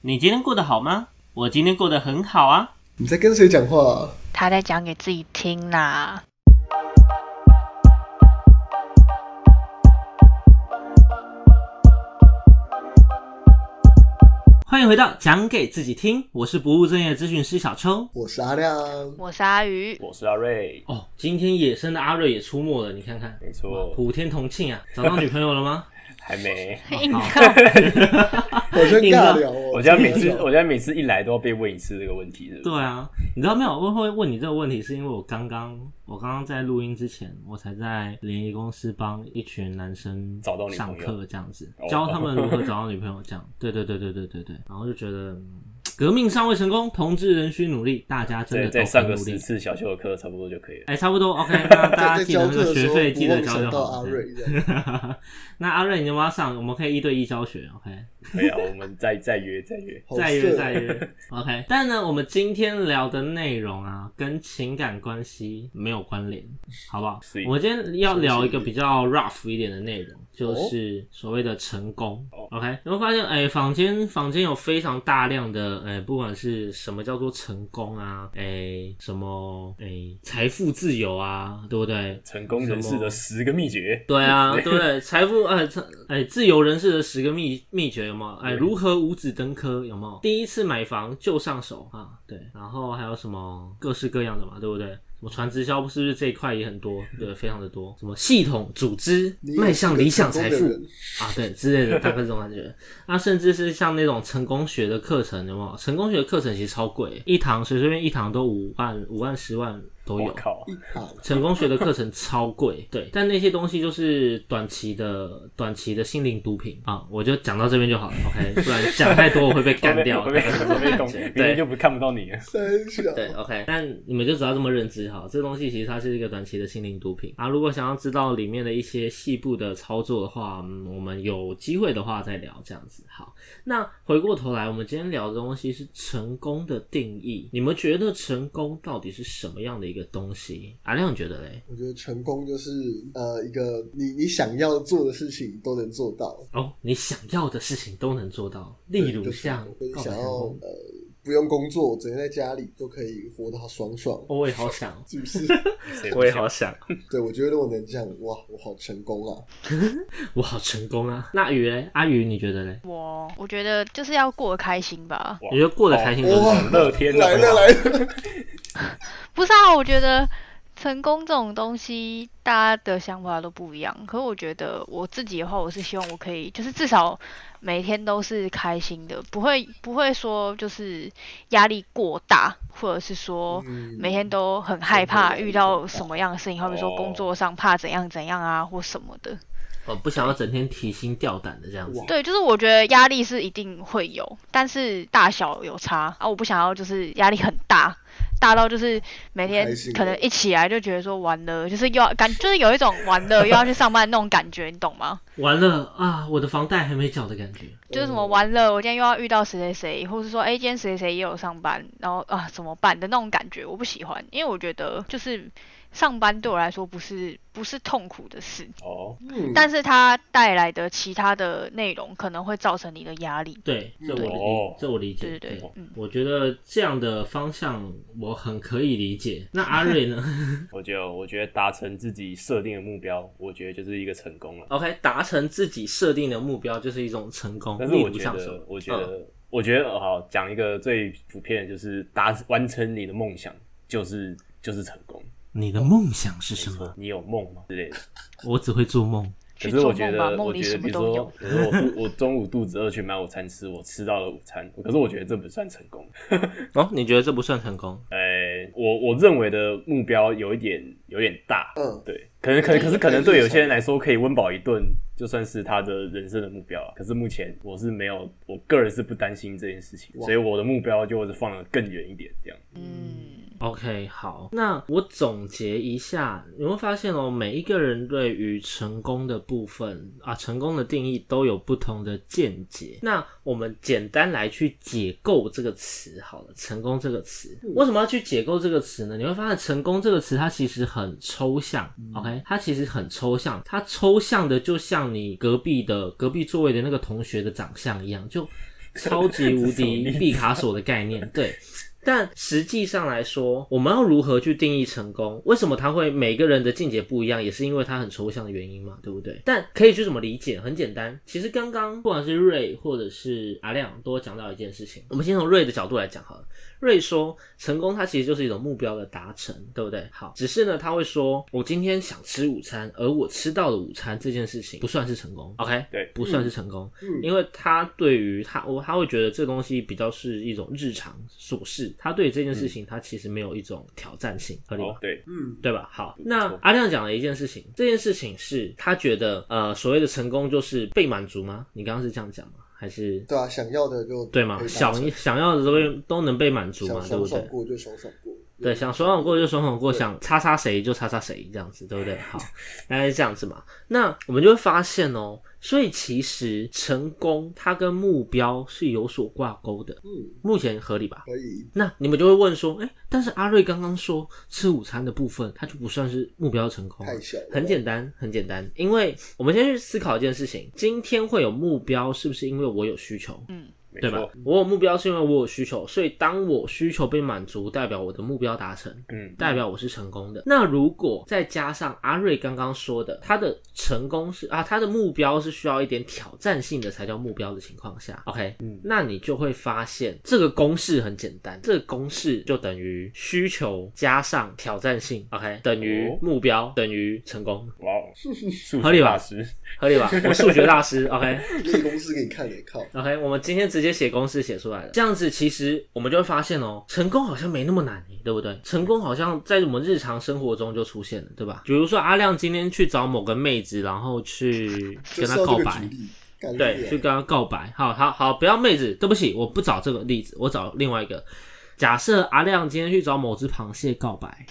你今天过得好吗？我今天过得很好啊。你在跟谁讲话、啊？他在讲给自己听啦。欢迎回到讲给自己听，我是不务正业的咨询师小抽。我是阿 亮，我是阿鱼，我是阿瑞，哦，今天野生的阿瑞也出没了，你看看，没错普天同庆啊！找到女朋友了 吗？还 没。 硬好靠我在尬聊哦。我现在每次真，的我现在每次一来都要被问一次这个问题，是不是对啊，你知道没有？我会问你这个问题，是因为我刚刚我刚刚在录音之前，我才在联谊公司帮一群男生找到女上朋友课，这样子哦教他们如何找到女朋友，这样。 对对对对对对对。然后就觉得嗯革命尚未成功，同志仍需努力，大家真再的再都上很个努十力。次小修的课差不多就可以了。哎，差不多 OK，那大在家记得那在教课个的时学候，费记不得忘交就想到好阿。对瑞这样。那阿瑞，你要不要上？我们可以一对一教学，OK？可以啊，我们再再约再约。好再色约哦再 约。OK，但呢，我们今天聊的内容啊，跟情感关系没有关联，好不好？是我们今天要聊一个比较 rough 一点的内容，就是所谓的成功。哦 OK，你会发现，哎、坊间坊间有非常大量的，哎、不管是什么叫做成功啊，哎、什么哎财、富自由啊，对不对？成功人士的十个秘诀，对啊， 对不对？财富呃，财哎，自由人士的十个秘秘诀有没有？哎，如何五子登科有没有？第一次买房就上手啊，对。然后还有什么各式各样的嘛，对不对？什么传直销是不是这一块也很 多？对，非常的多。什么系统组织你迈向理想财成富功的人啊，对之类的，大概这种感觉。 那甚至是像那种成功学的课程，有没有？成功学的课程其实超贵，一堂随随便一堂都五万、五万、十万都我有。靠，好，成功学的课程超 贵，对，但那些东西就是短期的、短期的心灵毒品啊，我就讲到这边就好了，OK，不然 讲太多我会被干掉啊会被会 被动，明天对就不看不到你了。三小，对，OK，但你们就只要这么认知好，这东西其实它是一个短期的心灵毒品啊。如果想要知道里面的一些细部的操作的话，嗯、我们有机会的话再聊这样子。好，那回过头来，我们今天聊的东西是成功的定义，你们觉得成功到底是什么样的一个东西？阿亮你觉得嘞？我觉得成功就是呃一个你你想要做的事情都能做到，哦，你想要的事情都能做到，例如像对就告是白想成要功。呃不用工作，整天在家里就可以活得好爽 爽，哦我也好想，是不是？谁不我也想好想，对，我觉得如果能这样，哇，我好成功啊！我好成功啊！那雨嘞，阿雨你觉得嘞？我我觉得就是要过得开心吧。哇你觉得过得开心就是哇成好乐天啊来了来了，不是啊，我觉得成功这种东西，大家的想法都不一样。可是我觉得我自己的话，我是希望我可以，就是至少每天都是开心的，不会不会说就是压力过大，或者是说嗯每天都很害怕遇到什么样的事情，好比说工作上怕怎样怎样啊，或什么的。哦，不想要整天提心吊胆的这样子。对，就是我觉得压力是一定会有，但是大小有差啊。我不想要就是压力很大，大到就是每天开心可的能一起来就觉得说完了，就是又要感，就是有一种完了又要去上班那种感觉，你懂吗？完了啊，我的房贷还没缴的感觉。就是什哦么完了，我今天又要遇到谁谁谁，或是说哎、今天谁谁谁也有上班，然后啊怎么办的那种感觉，我不喜欢，因为我觉得就是上班对我来说不是不是痛苦的事，哦，嗯但是它带来的其他的内容可能会造成你的压力。对，嗯这我对理，这我理解。对对对，嗯。我觉得这样的方向我很可以理解。那阿瑞呢我觉得我觉得达成自己设定的目标，我觉得就是一个成功了。 ？OK，达成自己设定的目标就是一种成功，但是例我如觉像什么得，？我嗯觉得，我觉得好讲一个最普遍的，就是达完成你的梦想，就是就是成功。你的梦想是没错？？你有梦吗之类的？我只会做梦。去可是我做觉梦吧，得，梦我里觉什得，么比如都说有。，比如说我肚我中午肚子饿去买午餐吃，我吃到了午餐，可是我觉得这不算成功。哦，你觉得这不算成功？呃，我我认为的目标有一点有点大，嗯，对，可能可能可是可能可以对理解有些人来说，可以温饱一顿就算是他的人生的目标啊。可是目前我是没有，我个人是不担心这件事情，哇所以我的目标就是放得更远一点，这样。嗯， OK，好，那我总结一下，你会发现哦，每一个人对于成功的部分啊，成功的定义都有不同的见解。那我们简单来去解构这个词好了，成功这个词，嗯为什么要去解构这个词呢？你会发现，成功这个词它其实很抽象，OK，它嗯其实很抽象，它抽象的就像你隔壁的隔壁座位的那个同学的长相一样，就超级无 这是什么敌例子毕卡索的概念，对。但实际上来说，我们要如何去定义成功？为什么他会每个人的境界不一样，也是因为他很抽象的原因嘛，对不对？但可以去怎么理解？很简单，其实刚刚不管是瑞或者是阿亮都讲到一件事情，我们先从瑞的角度来讲好了。瑞说，成功它其实就是一种目标的达成，对不对？好，只是呢，他会说，我今天想吃午餐，而我吃到了午餐这件事情不算是成功，OK？对不算是成功，嗯因为他对于他，我他会觉得这东西比较是一种日常琐事，他对这件事情他其实没有一种挑战性，合理吗哦，？对，嗯，对吧？好，不那错阿亮讲了一件事情，这件事情是他觉得呃所谓的成功就是被满足吗？你刚刚是这样讲吗？还是对啊，想要的就对吗可？以达想成想要的都被都能被满足嘛想，对不爽对爽？过就爽爽过，对，想爽爽过就爽爽过，对想叉叉谁就叉叉谁，这样子，对不对？好，大概是这样子嘛。那我们就会发现哦，所以其实成功它跟目标是有所挂钩的，嗯，目前合理吧？可以，那你们就会问说，哎，但是阿瑞刚刚说吃午餐的部分，它就不算是目标成功啊，太小了，很简单，很简单，因为我们先去思考一件事情：今天会有目标，是不是因为我有需求？没对吧错，？我有目标是因为我有需求，所以当我需求被满足，代表我的目标达成，嗯，代表我是成功的。那如果再加上阿瑞刚刚说的，他的成功是啊，他的目标是需要一点挑战性的才叫目标的情况下，OK，嗯那你就会发现这个公式很简单，这个公式就等于需求加上挑战性，OK，等于哦目标等于成功，哇哦，数合理学吧大师， 合理吧？我数学大师，OK。那公式给你看嘞，靠， OK，我们今天直接写公式写出来了，这样子其实我们就会发现哦，成功好像没那么难欸耶，对不对？成功好像在我们日常生活中就出现了，对吧？比如说阿亮今天去找某个妹子，然后去就跟她是要告这个白举，例，感对，去觉跟她告白。好好好，不要妹子，对不起，我不找这个例子，我找另外一个。假设阿亮今天去找某只螃蟹告白，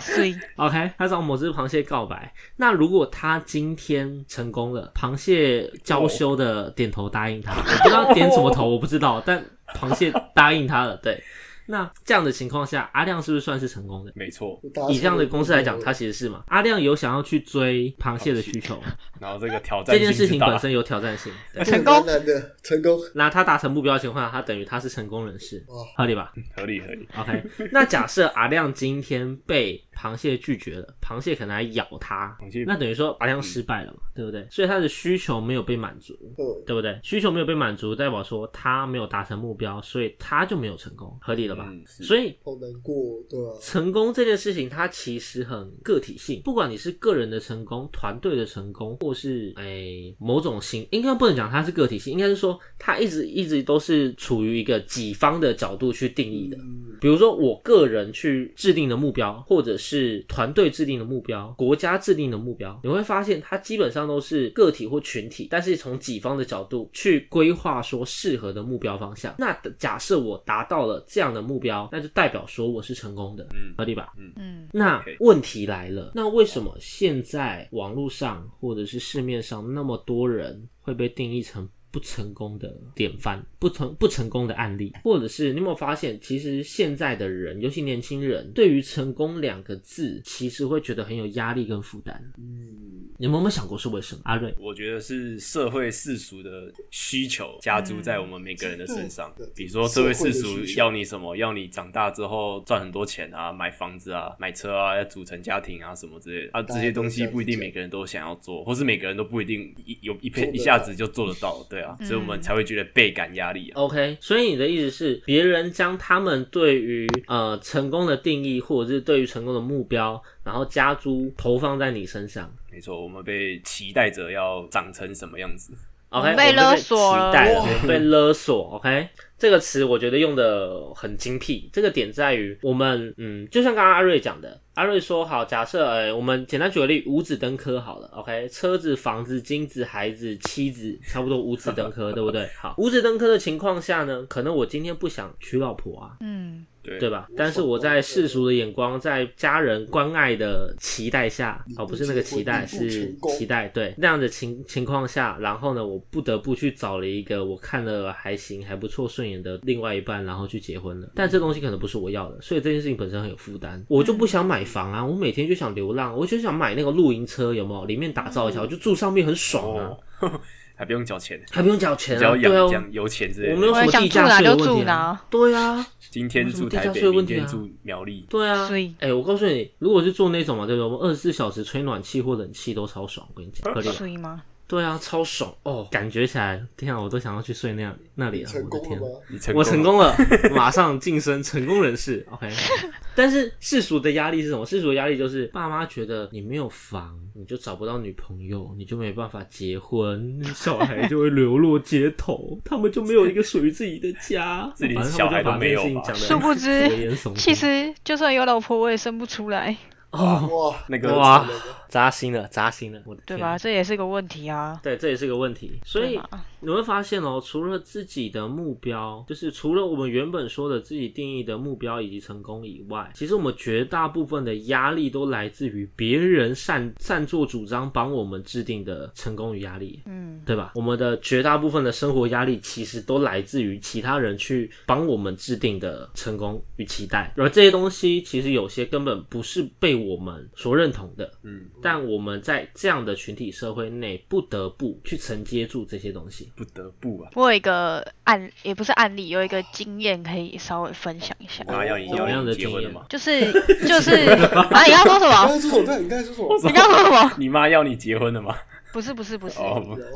所以 OK，他找某只螃蟹告白。那如果他今天成功了，螃蟹娇羞的点头答应他，我不知道点什么头，我不知道，但螃蟹答应他了。对，那这样的情况下，阿亮是不是算是成功的？没错。以这样的公式来讲，他其实是嘛？阿亮有想要去追螃蟹的需求，然后这个挑战这性件事之情大本身有挑战性。对，成功功的成功，那他达成目标的情况下，他等于他是成功人士哇，合理吧？合理合理， OK，那假设阿亮今天被螃蟹拒绝了，螃蟹可能还咬他螃蟹，那等于说阿亮失败了嘛，对不对？所以他的需求没有被满足，嗯，对不对？需求没有被满足，代表说他没有达成目标，所以他就没有成功，合理了吧？嗯是所以好难过，对吧？成功这件事情，它其实很个体性，不管你是个人的成功、团队的成功，或是诶、某种型，应该不能讲它是个体性，应该是说它一直一直都是处于一个己方的角度去定义的。嗯，比如说我个人去制定的目标，或者是团队制定的目标、国家制定的目标，你会发现它基本上都是个体或群体，但是从己方的角度去规划说适合的目标方向。那假设我达到了这样的目标，那就代表说我是成功的，嗯合理吧？嗯，那 OK 问题来了，那为什么现在网络上或者是市面上那么多人会被定义成不成功的典范、不成不成功的案例，或者是你有没有发现，其实现在的人，尤其年轻人，对于“成功”两个字，其实会觉得很有压力跟负担。嗯，你们有没有想过是为什么？阿瑞，我觉得是社会世俗的需求加诸在我们每个人的身上嗯。比如说社会世社会俗的需求要你什么？要你长大之后赚很多钱啊，买房子啊，买车啊，要组成家庭啊什么之类的啊，大家都这些东西不一定这样子讲每个人都想要做，或是每个人都不一定一有一做得片到一下子就做得到，对啊，嗯所以我们才会觉得倍感压力啊。 OK，所以你的意思是，别人将他们对于呃成功的定义，或者是对于成功的目标，然后加诸投放在你身上。没错，我们被期待着要长成什么样子。 OK，我们被我们勒索了期待了，我们被勒索。OK，这个词我觉得用的很精辟。这个点在于我们，嗯，就像刚刚阿瑞讲的，阿瑞说好，假设，哎、我们简单举个例，五子登科好了。OK，车子、房子、金子、孩子、妻子，差不多五子登科，对不对？好，五子登科的情况下呢，可能我今天不想娶老婆啊，嗯，对对吧？吧？但是我在世俗的眼光，在家人关爱的期待下你，不哦，不是那个期待，结婚你不是成功期待，对那样的情情况下，然后呢，我不得不去找了一个我看了还行、还不错、顺眼的另外一半，然后去结婚了。但这东西可能不是我要的，所以这件事情本身很有负担。我就不想买房啊，我每天就想流浪，我就想买那个露营车，有没有？里面打造一下，我就住上面很爽啊。哦， 还不用缴钱，还不用缴钱只啊，要对啊养，养油钱之类我没有的。什么地价税的问我想住题哪啊，对啊，今天没有什住么台地价北，税明问题啊天住苗栗，对啊，所以哎、我告诉你，如果是做那种嘛，对不对？我们二十四小时吹暖气或冷气都超爽，我跟你讲，可怜。所以吗？对啊，超爽哦，感觉起来，天啊，我都想要去睡那样那里了。成我的功天了啊吗？你成我成了。功了，马上晋升成功人士。OK，但是世俗的压力是什么？世俗的压力就是爸妈觉得你没有房，你就找不到女朋友，你就没办法结婚，小孩就会流落街头，他们就没有一个属于自己的家，自己反正小孩他都们没就有把这件事情吧讲的殊不知危言嗯耸听。其实就算有老婆，我也生不出来，哦，哇，那个哇，扎心了，扎心了，我的对天吧？？这也是个问题啊。对，这也是个问题，所对以吧？你会发现哦，除了自己的目标，就是除了我们原本说的自己定义的目标以及成功以外，其实我们绝大部分的压力都来自于别人擅擅作主张帮我们制定的成功与压力。嗯，对吧？我们的绝大部分的生活压力其实都来自于其他人去帮我们制定的成功与期待，而这些东西其实有些根本不是被我们所认同的，嗯，但我们在这样的群体社会内不得不去承接住这些东西。不得不啊，我有一个案，也不是案例，有一个经验可以稍微分享一下。然后要你怎么样要的你结经婚了验吗？ 就是就是啊，你要说什你刚么？才说什么？对，你刚才说什么？你要说什 么？你妈要你结婚了吗？不是不是不是，哦，不有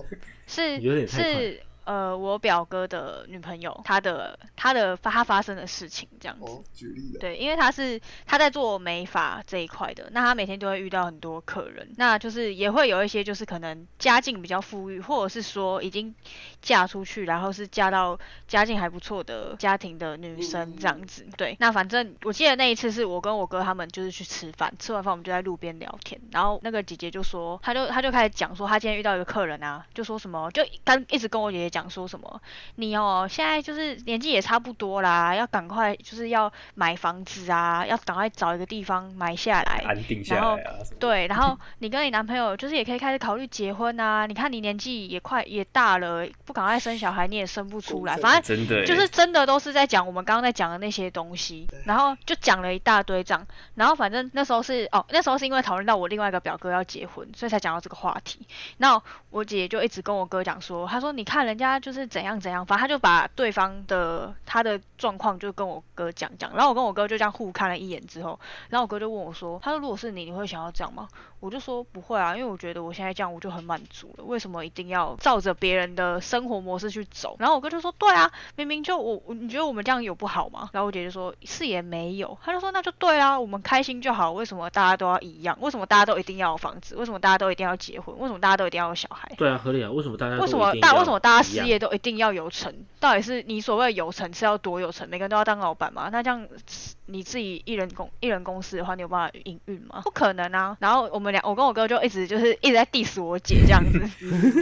是有点太快是呃，我表哥的女朋友，她的她的她发生的事情这样子。哦，举例的，对，因为她是她在做美发这一块的，那她每天都会遇到很多客人，那就是也会有一些就是可能家境比较富裕，或者是说已经嫁出去，然后是嫁到家境还不错的家庭的女生这样子。对，那反正我记得那一次是我跟我哥他们就是去吃饭，吃完饭我们就在路边聊天，然后那个姐姐就说，她就她就开始讲说，她今天遇到一个客人啊，就说什么，就刚一直跟我姐姐讲说什么，你哦现在就是年纪也差不多啦，要赶快就是要买房子啊，要赶快找一个地方买下来，安定下来啊，什么对，然后你跟你男朋友就是也可以开始考虑结婚啊。你看你年纪也快也大了，不赶快生小孩你也生不出来，公反正。真的欸就是真的都是在讲我们刚刚在讲的那些东西，然后就讲了一大堆这样，然后反正那时候是哦，那时候是因为讨论到我另外一个表哥要结婚，所以才讲到这个话题。然后我姐姐就一直跟我哥讲说，她说你看人家就是怎样怎样，反正她就把对方的她的状况就跟我哥讲讲，然后我跟我哥就这样互看了一眼之后，然后我哥就问我说，他说如果是你，你会想要这样吗？我就说不会啊，因为我觉得我现在这样我就很满足了，为什么一定要照着别人的生活模式去走？然后我哥就说，对啊，明明就我，我你觉得我们这样有不好吗？然后我姐就说是也没有，她就说那就对啦，我们开心就好，为什么大家都要一样？为什么大家都一定要有房子？为什么大家都一定要结婚？为什么大家都一定要有小孩？对啊，合理啊。为什么大家都为什么一定大要为什么大家一事样业都一定要有成？到底是你所谓的有成是要多有成？每个人都要当老板吗？那这样你自己一人公一人公司的话，你有办法营运吗？不可能啊！然后我们俩，我跟我哥就一直就是一直在 diss 我姐这样子，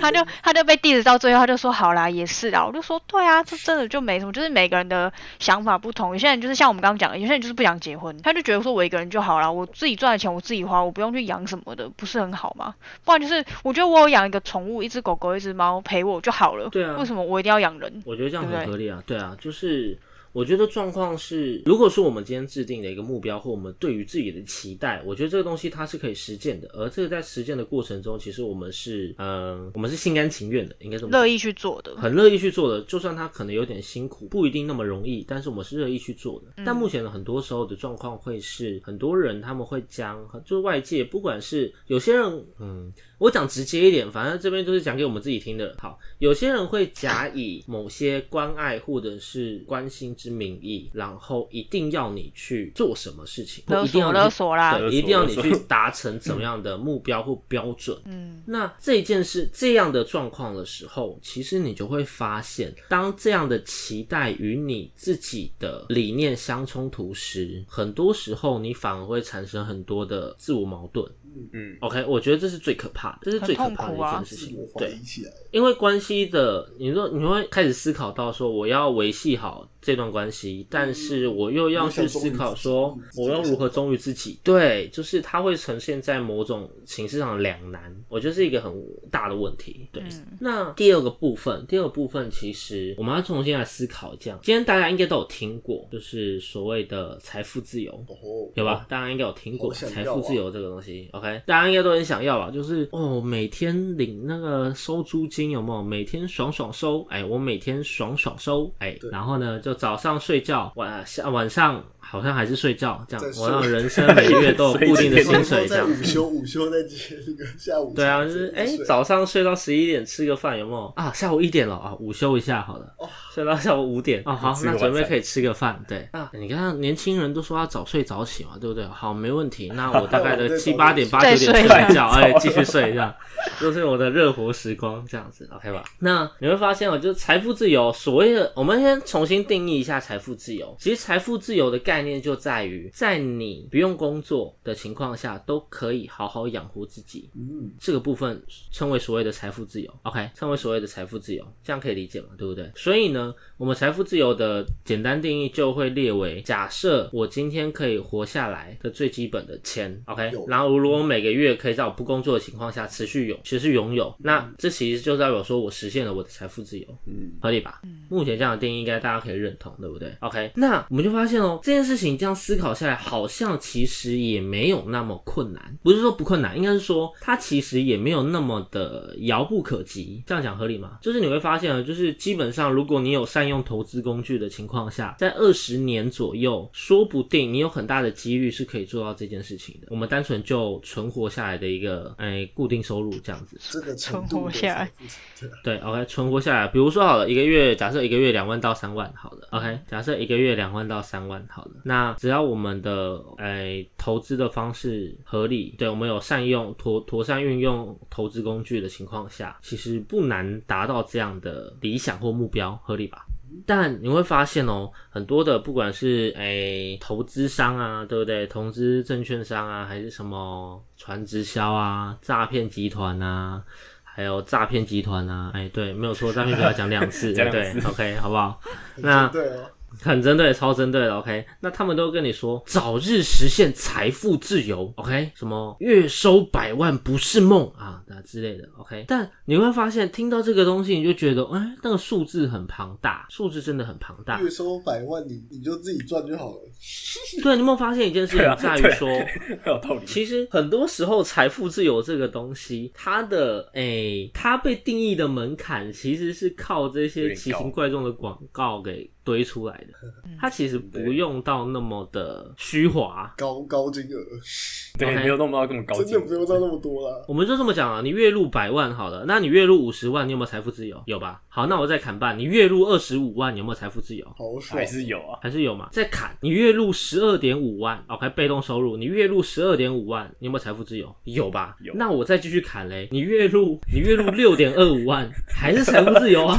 他就他就被 diss 到最后，他就说好啦，也是啦。我就说对啊，这真的就没什么，就是每个人的想法不同。有些人就是像我们刚刚讲的，有些人就是不想结婚，他就觉得说我一个人就好啦，我自己赚的钱我自己花，我不用去养什么的，不是很好吗？不然就是我觉得我有养一个宠物，一只狗狗，一只猫陪我就好了。对啊为什么我一定要养人？我觉得这样对不很对合理啊，对啊，就是我觉得状况是，如果说我们今天制定的一个目标或我们对于自己的期待，我觉得这个东西它是可以实践的，而这个在实践的过程中，其实我们是，嗯、我们是心甘情愿的，应该这么乐说。意去做的，很乐意去做的，就算它可能有点辛苦，不一定那么容易，但是我们是乐意去做的。嗯但目前的很多时候的状况会是，很多人他们会将，就是外界不管是有些人，嗯，我讲直接一点，反正这边都是讲给我们自己听的。好，有些人会假以某些关爱或者是关心之名义，然后一定要你去做什么事情，勒一定要索你去勒索啦。对，勒一定索要勒你索去达成怎么样的目标或标准。嗯，那这件事这样的状况的时候，其实你就会发现，当这样的期待与你自己的理念相冲突时，很多时候你反而会产生很多的自我矛盾。嗯， OK，我觉得这是最可怕的，这是最可很怕痛的苦啊一件事自情。我怀对疑，起来，因为关系的，你说你会开始思考到说，我要维系好这段关系，但是嗯我又要去思考说，我要如何忠于自己。对，就是它会呈现在某种形式上的两难，我觉得是一个很大的问题。对，那第二个部分，第二个部分其实我们要重新来思考一下。今天大家应该都有听过，就是所谓的财富自由。哦，有吧？大家应该有听过好想财要富自啊由这个东西。 OK，大家应该都很想要吧？就是哦，每天领那个收租金有没有？每天爽爽收，哎，我每天爽爽收，哎，对然后呢，就早上睡觉，晚下晚上好像还是睡觉，这样再，睡我 让人生每个月都有固定的薪水，这在样午。休，午休在接那个下午茶。对啊，就是哎、直接睡早上睡到十一点吃个饭有没有啊？下午一点了啊，午休一下好哦了，睡到下午五点啊，好，吃那个晚准备餐可以吃个饭。对啊，你看年轻人都说要早睡早起嘛，对不对？好，没问题， 那我大概我的再七早八点点八再九点睡睡一一下觉， 哎，继续睡一下，这是我的热活时光这样子，OK 吧？那你会发现哦，就是财富自由，所谓的我们先重新定义一下财富自由。其实财富自由的概念就在于，在你不用工作的情况下，都可以好好养活自己，嗯，这个部分称为所谓的财富自由，OK，称为所谓的财富自由，这样可以理解嘛，对不对？所以呢，我们财富自由的简单定义就会列为：假设我今天可以活下来的最基本的钱，OK，有然后如果我每个月可以在我不工作的情况下持续拥持续拥有，那这其实就代表说我实现了我的财富自由，嗯， 合理吧？目前这样的定义应该大家可以认同，对不对？OK，那我们就发现哦，这件事情这样思考下来，好像其实也没有那么困难，不是说不困难，应该是说它其实也没有那么的遥不可及。这样讲合理吗？就是你会发现啊，就是基本上如果你有善用投资工具的情况下，在二十年左右，说不定你有很大的几率是可以做到这件事情的。我们单纯就存活下来的一个哎固定收入这样子。这个程存度活的下来财富 自由，对，OK，存活下来。比如说好了，一个月假设一个月两万到三万，好了，OK，假设一个月两万到三万，好了。那只要我们的诶、投资的方式合理，对我们有善用妥妥善运用投资工具的情况下，其实不难达到这样的理想或目标，合理吧？但你会发现哦，很多的不管是诶、投资商啊，对不对？投资证券商啊，还是什么传直销啊、诈骗集团啊，还有诈骗集团啊，哎、对，没有错，诈骗集团讲两次， 讲两对次，OK，好不 好？对那对哦，很针对，超针对的。OK，那他们都跟你说早日实现财富自由。OK，什么月收百万不是梦啊，那之类的。OK，但你会发现听到这个东西，你就觉得，哎、那个数字很庞大，数字真的很庞大月。收百万，你你就自己赚就好了。对，你有没有发现一件事对啊情，在于对啊说。有道理。其实很多时候，财富自由这个东西，它的诶、它被定义的门槛其实是靠这有些点奇高形怪状的广告给堆出来的。它其实不对用到那么的虚华。高高金额，对， OK 没有弄到这么高真级的。不用到那么多啦。我们就这么讲啊，你月入百万好了，那你月入五十万，你有没有财富自由？有吧？好，那我再砍半，你月入二十五万，你有没有财富自由？好爽，还是有啊，还是有嘛？再砍，你月入十二点五万，OK，被动收入，你月入十二点五万，你有没有财富自由？有吧？有那我再继续砍嘞，你月入你月入六点二五万， 还是财富自由啊？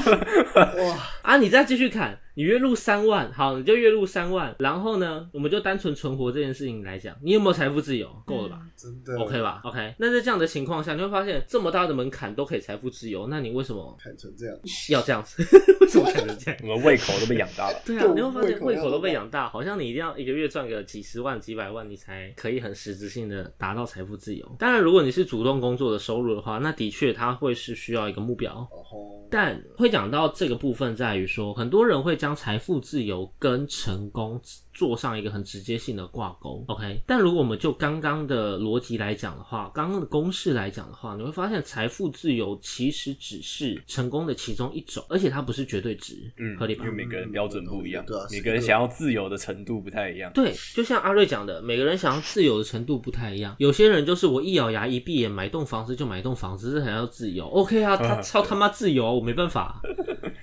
哇，啊，你再继续砍，你月入三万，好，你就月入三万，然后呢，我们就单纯存活这件事情来讲，你有没有财富自由？够了吧？真的 OK 吧？OK，那在这样的情况下，你会发现这么大的门槛都可以财富自由，那你为什么砍成这样，要这样子？ 为什么砍成这样？我们胃口都被养大了。对啊对，你会发现胃口要胃口都多被大养大，好像你一定要一个月赚个几十万、几百万，你才可以很实质性的达到财富自由。当然，如果你是主动工作的收入的话，那的确它会是需要一个目标。然 后但会讲到这个部分，在于说，很多人会将财富自由跟成功做上一个很直接性的挂钩。OK，但如果我们就刚刚的逻辑来讲的话，刚刚的公式来讲的话，你会发现财富自由其实只是成功的其中一种，而且它不是绝对值，嗯，合理因吧为？每个人标准不一样对啊，每个人是一个想要自由的程度不太一样。对，就像阿瑞讲的，每个人想要自由的程度不太一样。有些人就是我一咬牙一闭眼买栋房子就买栋房子，这才叫自由。OK 啊，他超他妈自由啊，我没办法啊、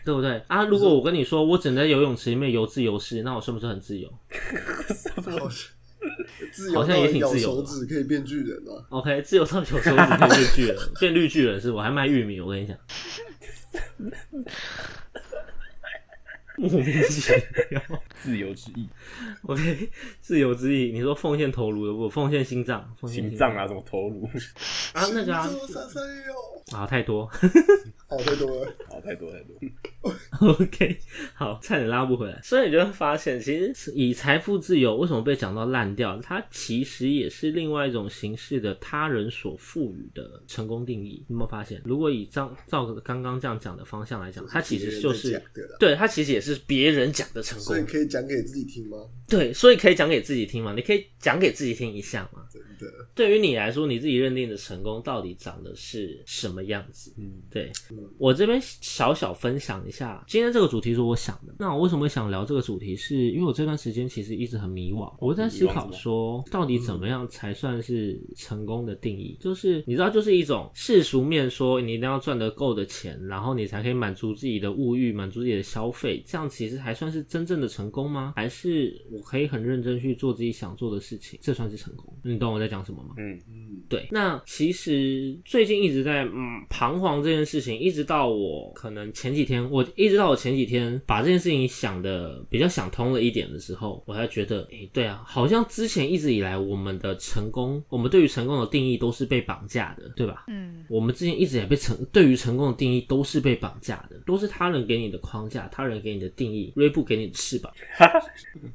对不对啊？如果我跟你说我只能在游泳池里面游自由式，那我是不是很自由好 像自由好像到也挺咬自由手的指可以变巨人啊！ ？OK，自由到有手指变绿巨人，变绿巨人是我还卖玉米，我跟你讲，莫名其妙。自由之翼， OK，自由之翼，你说奉献头颅的不？奉献心脏，奉献心脏啊，什么头颅， 啊，那个啊星座三三六，啊，太多。好太多 了，好太多太多。 OK，好，差点拉不回来。所以你就会发现，其实以财富自由为什么被讲到烂掉，它其实也是另外一种形式的他人所赋予的成功定义。你有没有发现？如果以照照刚刚这样讲的方向来讲，它其实就别是人在讲的啦。对，它其实也是别人讲的成所以功。可以讲给自己听吗？对，所以可以讲给自己听嘛，你可以讲给自己听一下嘛。真的。对于你来说，你自己认定的成功到底长的是什么样子？嗯，对我这边小小分享一下，今天这个主题是我想的。那我为什么会想聊这个主题是？因为我这段时间其实一直很迷惘，我在思考说，到底怎么样才算是成功的定义？就是你知道，就是一种世俗面说，你一定要赚得够的钱，然后你才可以满足自己的物欲，满足自己的消费，这样其实还算是真正的成功吗？还是我可以很认真去做自己想做的事情，这算是成功？你懂我在讲什么吗？嗯，嗯，对，那其实最近一直在嗯彷徨这件事情，一直到我可能前几天，我一直到我前几天把这件事情想的比较想通了一点的时候，我才觉得，诶，对啊，好像之前一直以来我们的成功，我们对于成功的定义都是被绑架的，对吧？嗯，我们之前一直也被成对于成功的定义都是被绑架的，都是他人给你的框架，他人给你的定义，锐步给你的翅膀。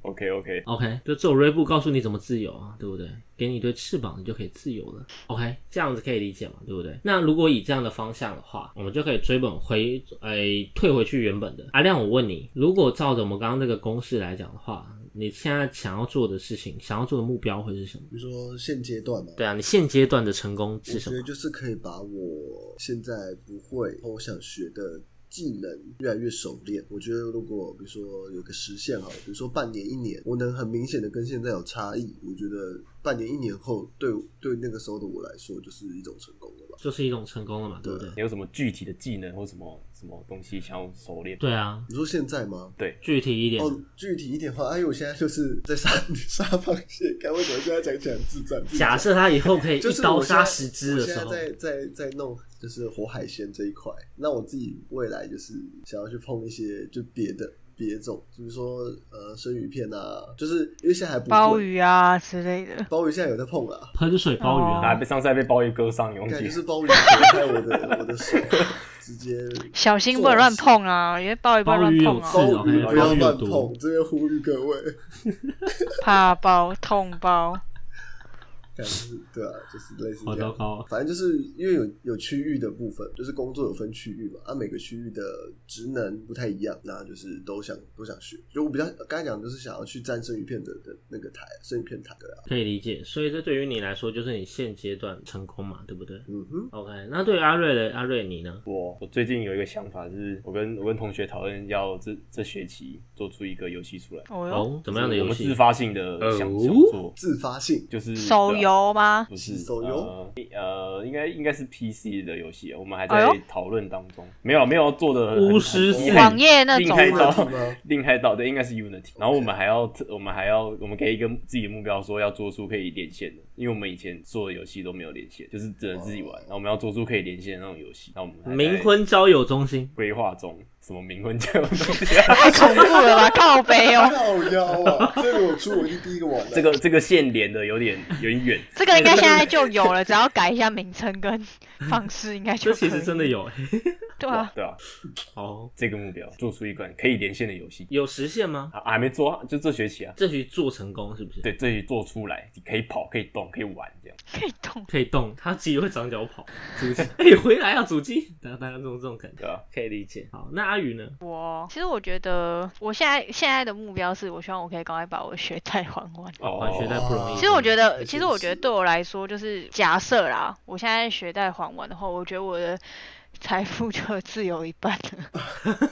OK OK， OK，就只有锐步告诉你怎么自由啊，对不对？给你一对翅膀，你就可以自由了。OK，这样子可以理解嘛，对不对？那如果以这样的方向的话，我们就可以追本回，诶、退回去原本的。阿亮，我问你，如果照着我们刚刚这个公式来讲的话，你现在想要做的事情，想要做的目标会是什么？比如说现阶段嘛，对啊，你现阶段的成功我是什觉么得？就是可以把我现在不会或我想学的技能越来越熟练。我觉得如果比如说有个时限哈，比如说半年、一年，我能很明显的跟现在有差异，我觉得半年、一年后对对那个时候的我来说就是一种成功了吧。就是一种成功了嘛，对不对？你有什么具体的技能或什么什么东西想要熟练？对啊，你说现在吗？具体一点，哦，具体一点的话，哎，我现在就是在 杀杀螃蟹，看为什么现在讲起来很智障。智障假设他以后可以就一是刀我现杀在十只我的现时在候，在在在弄就是活海鲜这一块，那我自己未来就是想要去碰一些就别的别种，比如说呃生鱼片啊，就是因为现在还不会鲍，鱼啊之类的，鲍鱼现在有在碰啦。喷水鲍鱼啊，啊，被上次还被鲍鱼割伤，你忘感记觉了？是鲍鱼扯开我的我的手，直接小心不能乱碰啊，因为鲍鱼不能鲍鱼乱有碰刺啊，哦，鲍鱼嘿不要鲍鱼有乱毒碰，。这边呼吁各位，怕包痛包。感觉是对啊，就是类似好这糟样。糕啊！反正就是因为有有区域的部分，就是工作有分区域嘛，啊，每个区域的职能不太一样，那就是都想都想学。就我比较刚才讲，就是想要去沾生鱼片的的那个台，生鱼片台对啊，可以理解，所以这对于你来说就是你现阶段成功嘛，对不对嗯哼， ？OK，那对于阿瑞的阿瑞你呢？我我最近有一个想法是，我跟我跟同学讨论要这这学期做出一个游戏出来，哦哟，哦，怎么样的游就是我戏们自？发性的想哦想做，自发性就是手游吗？不是是手游呃呃，应该应该是 PC 的游戏，啊我们还哎在呦讨论当中，没有啊没有做的巫师四网页那另种开吗？刀 Unity 吗，另开刀对，应该是 Unity。然 OK 后我们还要我们还要我们给一个自己的目标，说要做出可以连线的，因为我们以前做的游戏都没有连线，就是只能自己玩。然后我们要做出可以连线的那种游戏，那我们还在冥婚交友中心，规划中，什么冥婚这种东西 啊太恐怖 了吧，靠北哦，靠腰啊，这个我出我一定第一个玩的，哎这个这个线连的有点有点远。这个应该现在就有了，只要改一下名称跟方式，应该就这可以其实真的有、欸、对啊，对啊，哦，这个目标做出一款可以连线的游戏，有实现吗？啊还没做啊，就这学期啊。这局做成功是不是？，对，这里做出来，你可以跑，可以动，可以玩，这样。可以动。可以动，他自己会长脚 跑，主机，哎、回来啊，主机，大家大家这种这种感觉对啊，可以理解。好，那阿宇呢？我其实我觉得，我现在现在的目标是我希望我可以赶快把我的学贷还完。哦，玩学贷不容易。其实我觉太得，现其实我觉得实对我来说，就是假设啦，我现在学贷还完的话，我觉得我的财富就自由一半了。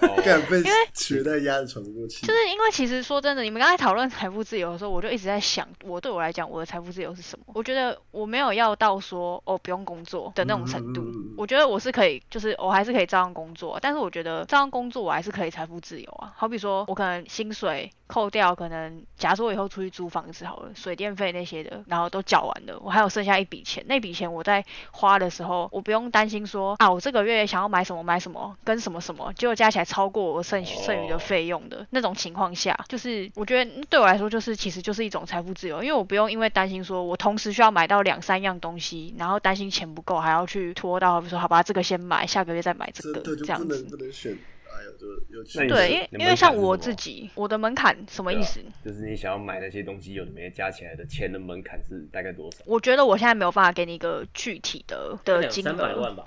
哦 干被学贷压得喘不过气，就是因为其实说真的，你们刚才讨论财富自由的时候，我就一直在想，我对我来讲，我的财富自由是什么？我觉得我没有要到说哦不用工作的那种程度。嗯嗯嗯嗯我觉得我是可以，就是我还是可以照样工作，但是我觉得照样工作我还是可以财富自由啊。好比说我可能薪水扣掉，可能假如说我以后出去租房子好了，水电费那些的，然后都缴完了，我还有剩下一笔钱，那笔钱我在花的时候，我不用担心说啊，我这个月想要买什么买什么，跟什么什么，结果加起来超过我剩剩余的哦费用的那种情况下，就是我觉得嗯对我来说，就是其实就是一种财富自由，因为我不用因为担心说我同时需要买到两三样东西，然后担心钱不够，还要去拖到，比如说好吧，这个先买，下个月再买这真个的就这样不能子。不能选，哎有就有去那你对，的因为你的因门为像槛是我什么啊自己，我的门槛什么对啊意思？就是你想要买那些东西，有的没的加起来的钱的门槛是大概多少？我觉得我现在没有办法给你一个具体的的两金三百额。万吧，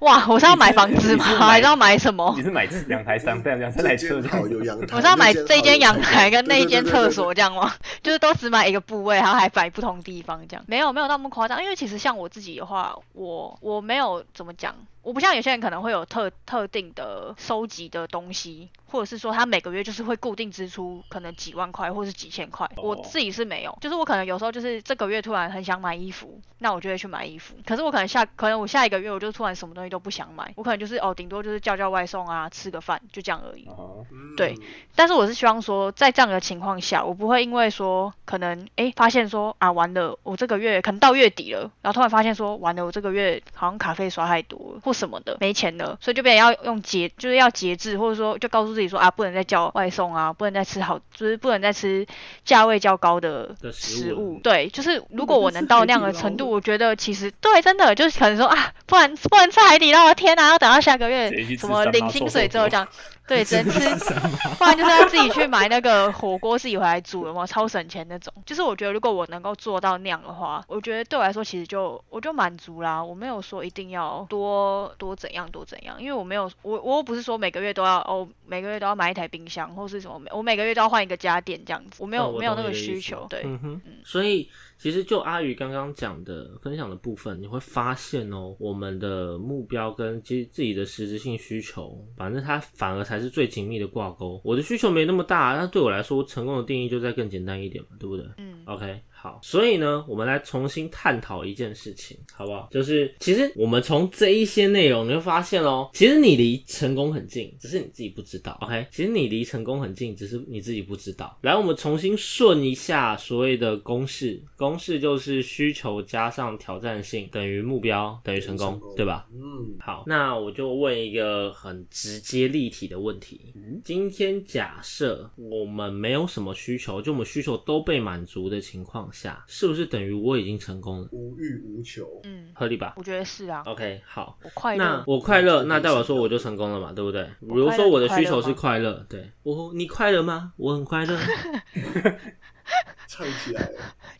哇，我是要买房子你吗？是还是要买什么你？是买这两 台商店，两这三台车间这好样有子？阳台，我是要买那这间阳台跟那那一间厕所这样吗？ 就是都只买一个部位，然后还摆不同地方这样，没有没有那么夸张。因为其实像我自己的话，我我没有怎么讲，我不像有些人可能会有特特定的收集的东西，或者是说他每个月就是会固定支出可能几万块或是几千块。我哦自己是没有，就是我可能有时候就是这个月突然很想买衣服，那我就会去买衣服。可是我可能下可能我下一个月我就突然什么东西都不想买，我可能就是哦顶多就是叫叫外送啊，吃个饭就这样而已。啊 哈嗯对但是我是希望说，在这样的情况下，我不会因为说可能诶发现说啊完了，我这个月可能到月底了，然后突然发现说啊完了，我这个月好像卡费刷太多了或什么的，没钱了，所以就变成要用节，就是要节制，或者说就告诉自己说啊不能再叫外送啊，不能再吃好，就是不能再吃价位较高的的食食物啊物。对，就是如果那我就是能到海那样底的捞程度，了我觉得其实对，真的就是可能说啊，不然不能吃海底捞，天啊哪、要等到下个月直接去吃什么三领八薪臭水豆 之后这腐样，对，只能吃，不然就是要自己去买那 个火锅自己回来煮，有没有超省钱那种？就是我觉得如果我能够做到那样的话，我觉得对我来说其实就我就满足啦，我没有说一定要多多怎样多怎样，因为我没有我我又不是说每个月都要哦每个月都要买一台冰箱或是什么，我每个月都要换一个家电这样子，我没有、哦我没有懂那你个的意需思求，对。嗯哼，所以其实就阿宇刚刚讲的分享的部分，你会发现哦，我们的目标跟其实自己的实质性需求，反正它反而才是最紧密的挂钩。我的需求没那么大，那对我来说，成功的定义就再更简单一点嘛，对不对？嗯 OK，好，所以呢，我们来重新探讨一件事情，好不好？就是其实我们从这一些内容，你会发现哦，其实你离成功很近，只是你自己不知道。OK，其实你离成功很近，只是你自己不知道。来，我们重新顺一下所谓的公式，公式就是需求加上挑战性等于目标等于成功，对吧？？嗯，好，那我就问一个很直接立体的问题。嗯今天假设我们没有什么需求，就我们需求都被满足的情况下，是不是等于我已经成功了？无欲无求，嗯，合理吧我觉得是啊， ？OK，好。我快那乐，我快乐，那代表说我就成功了嘛，对不对？比我如快乐说我的你需快乐求是吗快乐，对我你快乐吗？我很快乐，唱起来了，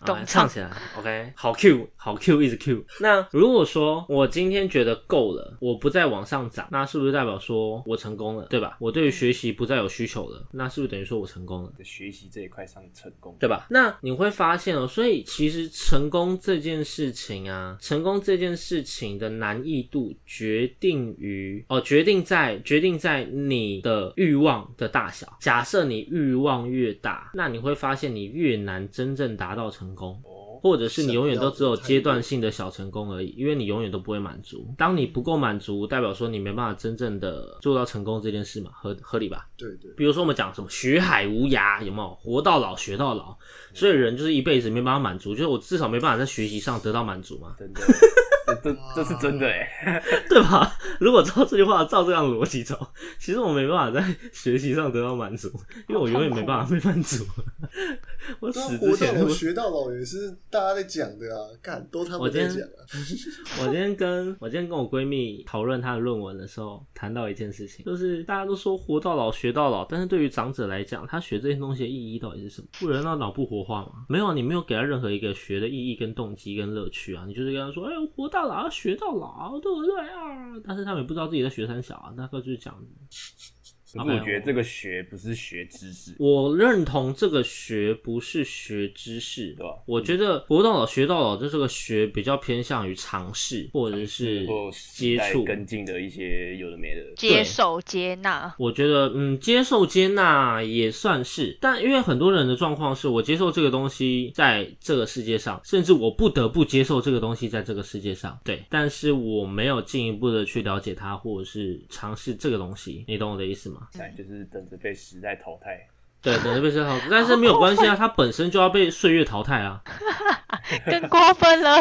懂啊唱唱起来，OK，好 Q，好 Q，一直 Q。那如果说我今天觉得够了，我不再往上涨，那是不是代表说我成功了，对吧？我对于学习不再有需求了，那是不是等于说我成功了？在学习这一块上成功，对吧？那你会发现哦，所以其实成功这件事情啊，成功这件事情的难易度决定于哦，决定在决定在你的欲望的大小。假设你欲望越大，那你会发现你越难真正达到成功。哦，或者是你永远都只有阶段性的小成功而已，因为你永远都不会满足。当你不够满足，代表说你没办法真正的做到成功这件事嘛，合合理吧？对 对，比如说我们讲什么学海无涯，有没有？活到老学到老，嗯所以人就是一辈子没办法满足，就是我至少没办法在学习上得到满足嘛， 真的，这这这是真的哎，对吧？如果照这句话照这样逻辑走，其实我没办法在学习上得到满足，因为我永远没办法被满足。 我对啊死之活到前老学到老也是大家在讲的啊，干都他我们今在天讲啊， 我今天跟我今天跟我闺蜜讨论她的论文的时候，谈到一件事情，就是大家都说活到老学到老，但是对于长者来讲，他学这些东西的意义到底是什么？不能让脑部活化吗？没有啊，你没有给他任何一个学的意义、跟动机、跟乐趣啊，你就是跟他说，哎、我活到老，要学到老，对不对啊？但是他们也不知道自己在学三小啊，大概就是讲。可是我觉得这个学不是学知识，我认同这个学不是学知识，对吧啊嗯我觉得活到老学到老，这这个学比较偏向于尝试或者是或接啊时代触跟进的一些有的没的，对接受接纳， 我觉得，嗯，接受接纳也算是，但因为很多人的状况是我接受这个东西在这个世界上，甚至我不得不接受这个东西在这个世界上，对，但是我没有进一步的去了解它，或者是尝试这个东西，你懂我的意思吗？哎就是等着被时代淘汰。对，等着被淘汰，但是没有关系啊，它本身就要被岁月淘汰啊。更过分了。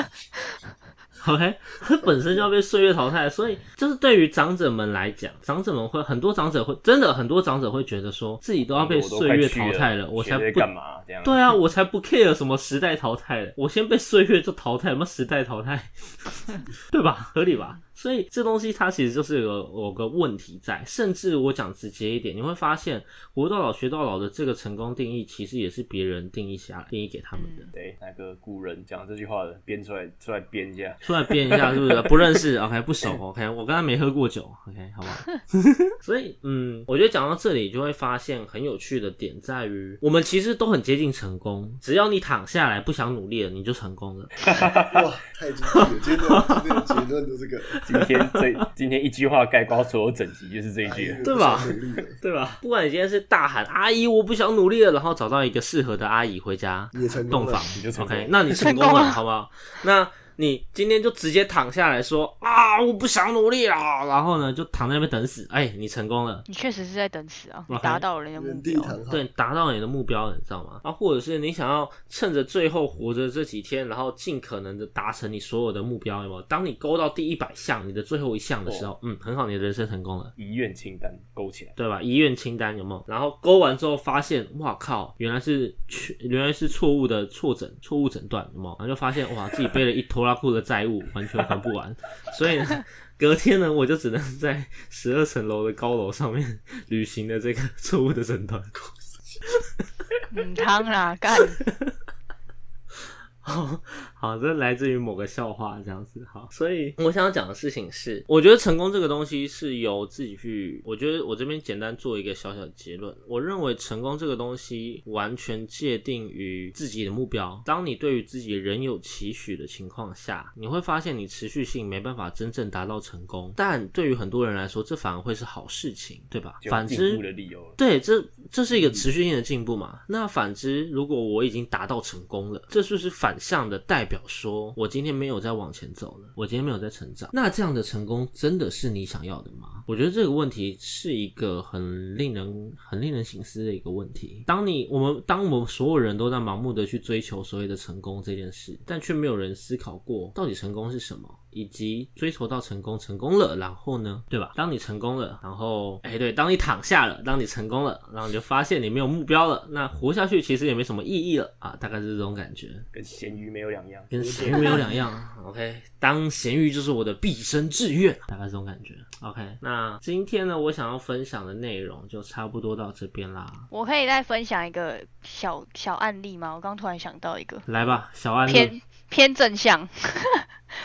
OK，它本身就要被岁月淘汰，所以就是对于长者们来讲，长者们会很多长者会真的很多长者会觉得说自己都要被哎我都岁快月去淘汰了，我学才这些不干嘛这样？对啊，我才不 care 什么时 代淘汰了，我先被岁月就淘汰，什么时代淘汰，对吧？合理吧？所以这东西它其实就是有个有个问题在，甚至我讲直接一点，你会发现“活到老学到老”的这个成功定义，其实也是别人定义下来、定义给他们嗯的。对，哪个古人讲这句话的，编出来出来编一下。出来编一下，是不是？不认识，OK，不 熟，OK，我跟他没喝过酒，OK，好不好？ 所以，嗯，我觉得讲到这里，就会发现很有趣的点在于，我们其实都很接近成功，只要你躺下来不想努力了，你就成功了。啊哇，太精辟了！今天的今天的结论就这 个，今天这今天一句话概括所有整集就是这一句哎了。对吧我不想努力了对吧？不管你今天是大喊“阿姨，我不想努力了”，然后找到一个适合的阿姨回家你也成功洞了房你就成功了 OK，那你成功成功了，了好不好？那你今天就直接躺下来说啊，我不想努力了，然后呢就躺在那边等死。哎、你成功了。你确实是在等死啊，你 OK 达到了人家目原地标。躺好。对，达到你的目标了，你知道吗？啊，或者是你想要趁着最后活着这几天，然后尽可能的达成你所有的目标，有没有？当你勾到第一百项，你的最后一项的时候，嗯，很好，你的人生成功了。遗愿清单勾起来，对吧？遗愿清单有没有？然后勾完之后发现，哇靠，原来是去，原来是错误的错诊，错误诊断，有没有？然后就发现，哇，自己背了一拖拉裤的债务，完全还不完。所以呢，隔天呢，我就只能在十二层楼的高楼上面履行了这个错误的诊断。嗯，汤啦，干，好， 好，这来自于某个笑话这样子。好，所以我想要讲的事情是，我觉得成功这个东西是由自己去。我觉得我这边简单做一个小小的结论，我认为成功这个东西完全界定于自己的目标。当你对于自己仍有期许的情况下，你会发现你持续性没办法真正达到成功，但对于很多人来说，这反而会是好事情，对吧？就有反之进步，的理由了。对，这这是一个持续性的进步嘛。那反之，如果我已经达到成功了，这就是反向的代表说，我今天没有在往前走了，我今天没有在成长。那这样的成功真的是你想要的吗？我觉得这个问题是一个很令人很令人醒思的一个问题。当你我们当我们所有人都在盲目的去追求所谓的成功这件事，但却没有人思考过到底成功是什么。以及追求到成功，成功了，然后呢，哎对吧？当你成功了，然后哎，对，当你躺下了，当你成功了，然后你就发现你没有目标了，那活下去其实也没什么意义了啊，大概是这种感觉，跟咸鱼没有两样，跟咸鱼没有两样。OK，当咸鱼就是我的毕生志愿，大概是这种感觉。OK，那今天呢，我想要分享的内容就差不多到这边啦，我可以再分享一个小小案例吗？我刚突然想到一个来吧，小案例偏，偏正向，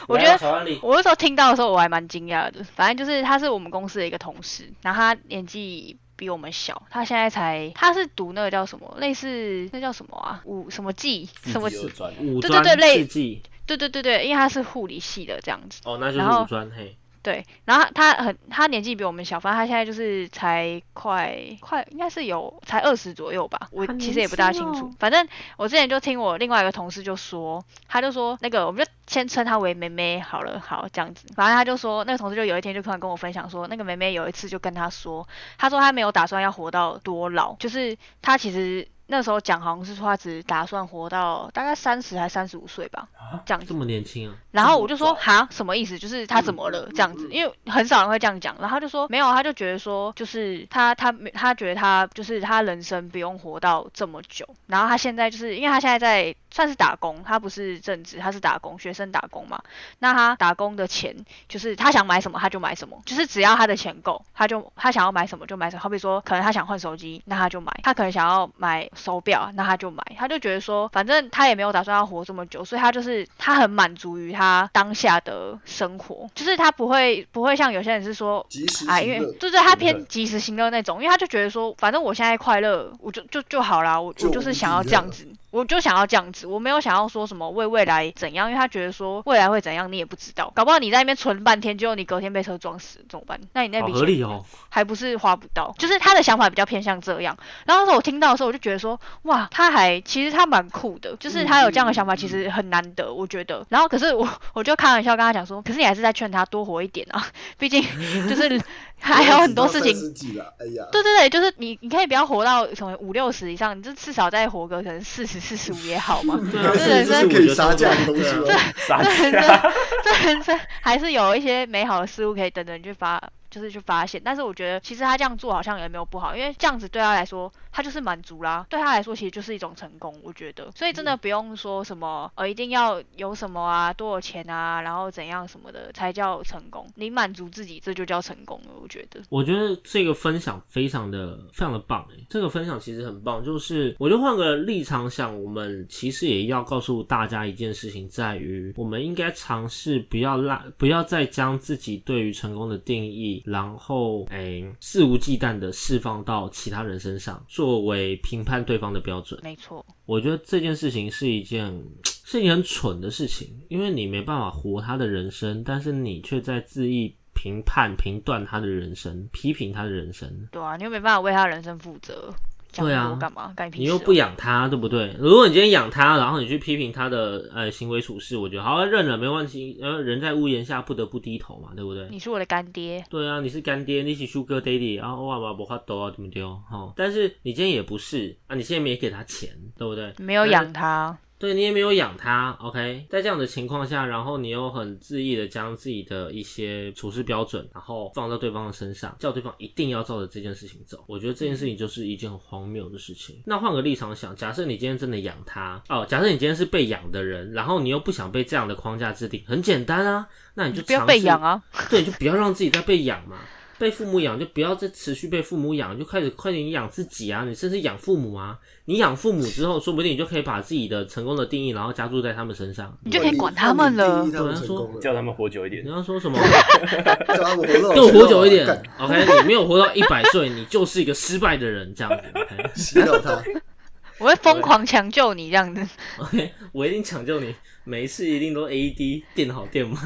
我嗯来觉吧啊得小案例，我那时候听到的时候，我还蛮惊讶的。反正就是他是我们公司的一个同事，然后他年纪比我们小，他现在才他是读那个叫什么，类似那叫什么啊，五什么技什么自己技有赚。五对专对类世纪，对对对对，因为他是护理系的这样子。哦，那就然后是五专嘿，对，然后他很他年纪比我们小，反正他现在就是才快快应该是有才二十左右吧，我好其年实也不大轻清楚。哦反正我之前就听我另外一个同事就说，他就说那个我们就先称她为妹妹好了，好这样子。反正他就说那个同事就有一天就突然跟我分享说，那个妹妹有一次就跟他说，他说他没有打算要活到多老，就是他其实。那时候讲好像是说他只打算活到大概三十还三十五岁吧，这样子这。么年轻啊，然后我就这说么哈，什么意思？就是他怎么了这样子？因为很少人会这样讲。然后他就说没有，他就觉得说，就是他他没他觉得他就是他人生不用活到这么久。然后他现在就是因为他现在在算是打工，他不是正职，他是打工，学生打工嘛。那他打工的钱就是他想买什么他就买什么，就是只要他的钱够，他就他想要买什么就买什么。好比说，可能他想换手机，那他就买；他可能想要买手表，那他就买。他就觉得说，反正他也没有打算要活这么久，所以他就是他很满足于他当下的生活，就是他不会不会像有些人是说。及时啊，因行为乐，对对，他对偏及时行乐那种，因为他就觉得说，反正我现在快乐，我就就就好啦，我就我就是想要无敌这了样子，我就想要这样子，我没有想要说什么为未来怎样，因为他觉得说未来会怎样你也不知道，搞不好你在那边存半天，结果你隔天被车撞死怎么办？那你那好笔合钱理哦。还不是花不到？就是他的想法比较偏向这样。然后那时候我听到的时候，我就觉得说，哇，他还其实他蛮酷的，就是他有这样的想法，其实很难得，我觉得。然后可是我我就开玩笑跟他讲说，可是你还是在劝他多活一点啊，毕竟就是 还有很多事情自己了，哎呀，对对对，就是你，你可以不要活到什么五六十以上，你就至少再活个可能四十、四十五也好嘛。对啊这人这是生，可以杀价的东西哦对啊傻这人子，生，这人生 还是有一些美好的事物可以等着你去发，就是去发现。但是我觉得其实他这样做好像也没有不好，因为这样子对他来说，他就是满足啦。对他来说，其实就是一种成功，我觉得。所以嗯真的不用说什么呃，一定要有什么啊，多有钱啊，然后怎样什么的才叫成功。你满足自己，这就叫成功了，我觉得。我觉得这个分享非常的非常的棒哎，这个分享其实很棒，就是我就换个立场想，我们其实也要告诉大家一件事情，在于我们应该尝试不要拉，不要再将自己对于成功的定义，然后哎肆无忌惮的释放到其他人身上，作为评判对方的标准。没错，我觉得这件事情是一件是一件很蠢的事情，因为你没办法活他的人生，但是你却在恣意评判、评断他的人生，批评他的人生。对啊，你又没办法为他人生负责，讲对那啊么多干嘛？干你屁你事哦、又不养他，对不对？如果你今天养他，然后你去批评他的呃行为处事，我觉得好啊认了，没问题。呃，人在屋檐下不得不低头嘛，对不对？你是我的干爹，对啊，你是干爹，你是 Sugar Daddy 啊，哇哇不怕抖啊，怎么丢？哈，但是你今天也不是啊，你现在没给他钱，对不对？没有但是养他，对你也没有养它，OK，在这样的情况下，然后你又很恣意的将自己的一些处事标准，然后放到对方的身上，叫对方一定要照着这件事情走，我觉得这件事情就是一件很荒谬的事情。那换个立场想，假设你今天真的养它，哦，假设你今天是被养的人，然后你又不想被这样的框架制定，很简单啊，那你就不要尝被试养啊。对，就不要让自己再被养嘛，被父母养就不要再持续被父母养，就开始快点养自己啊，你甚至养父母啊，你养父母之后，说不定你就可以把自己的成功的定义，然后加注在他们身上。你就可以管他们了你定义他们成功了，叫他们活久一点你。要说 什么？叫他们活到跟我活久一点干，OK？你没有活到一百岁，你就是一个失败的人，这样子，OK？洗脑他。 我会疯狂抢救你这样子， OK，我一定抢救你，每一次一定都 AD 电好电满。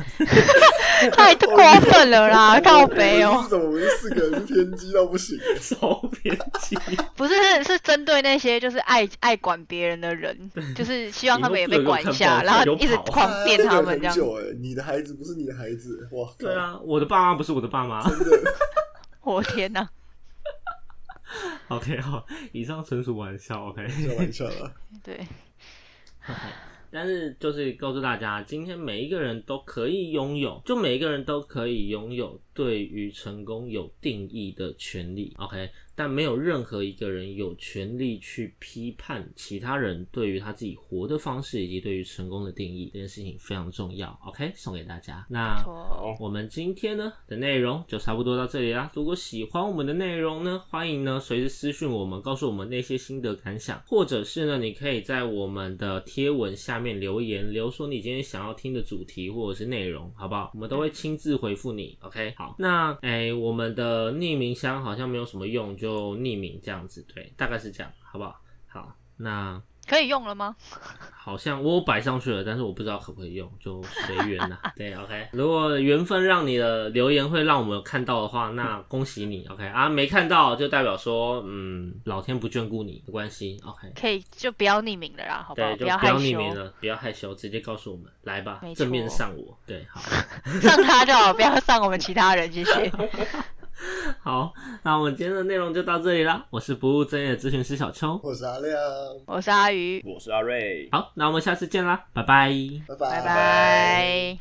太过分了啦，告白我哦们是，怎么？我们四个人是偏激到不行。超偏激， 不是是针对那些就是爱爱管别人的人，就是希望他们也被管一下，以后不能有看报纸然后一直有跑狂电他们这很 样。久哎，你的孩子不是你的孩子，哇！对，啊，我的爸妈不是我的爸妈。 我天哪、 OK，好，以上纯属玩笑，OK。开玩笑啦。对，但是就是告诉大家，今天每一个人都可以拥有，就每一个人都可以拥有对于成功有定义的权利。OK，但没有任何一个人有权利去批判其他人对于他自己活的方式以及对于成功的定义，这件事情非常重要。OK，送给大家。那错，我们今天呢的内容就差不多到这里啦。如果喜欢我们的内容呢，欢迎呢随时私讯我们，告诉我们那些心得感想，或者是呢，你可以在我们的贴文下面留言，留说你今天想要听的主题或者是内容，好不好？我们都会亲自回复你。OK，好，那哎、我们的匿名箱好像没有什么用，就匿名这样子，对，大概是这样，好不好？好，那可以用了吗？好像我有摆上去了，但是我不知道可不可以用，就随缘 啦。对，OK。如果缘分让你的留言会让我们看到的话，嗯那恭喜你，OK 啊。没看到就代表说，嗯，老天不眷顾你，没关系，OK。可以就不要匿名了啦，好不好？对，就要不害要匿名羞，了，不要害羞，直接告诉我们，来吧没，错正面上我。对，好， 上他就好，不要上我们其他人，谢谢。好，那我们今天的内容就到这里啦。我是不务正业的咨询师小邱，我是阿亮，我是阿鱼，我是阿瑞，好，那我们下次见啦，拜拜。拜拜拜拜。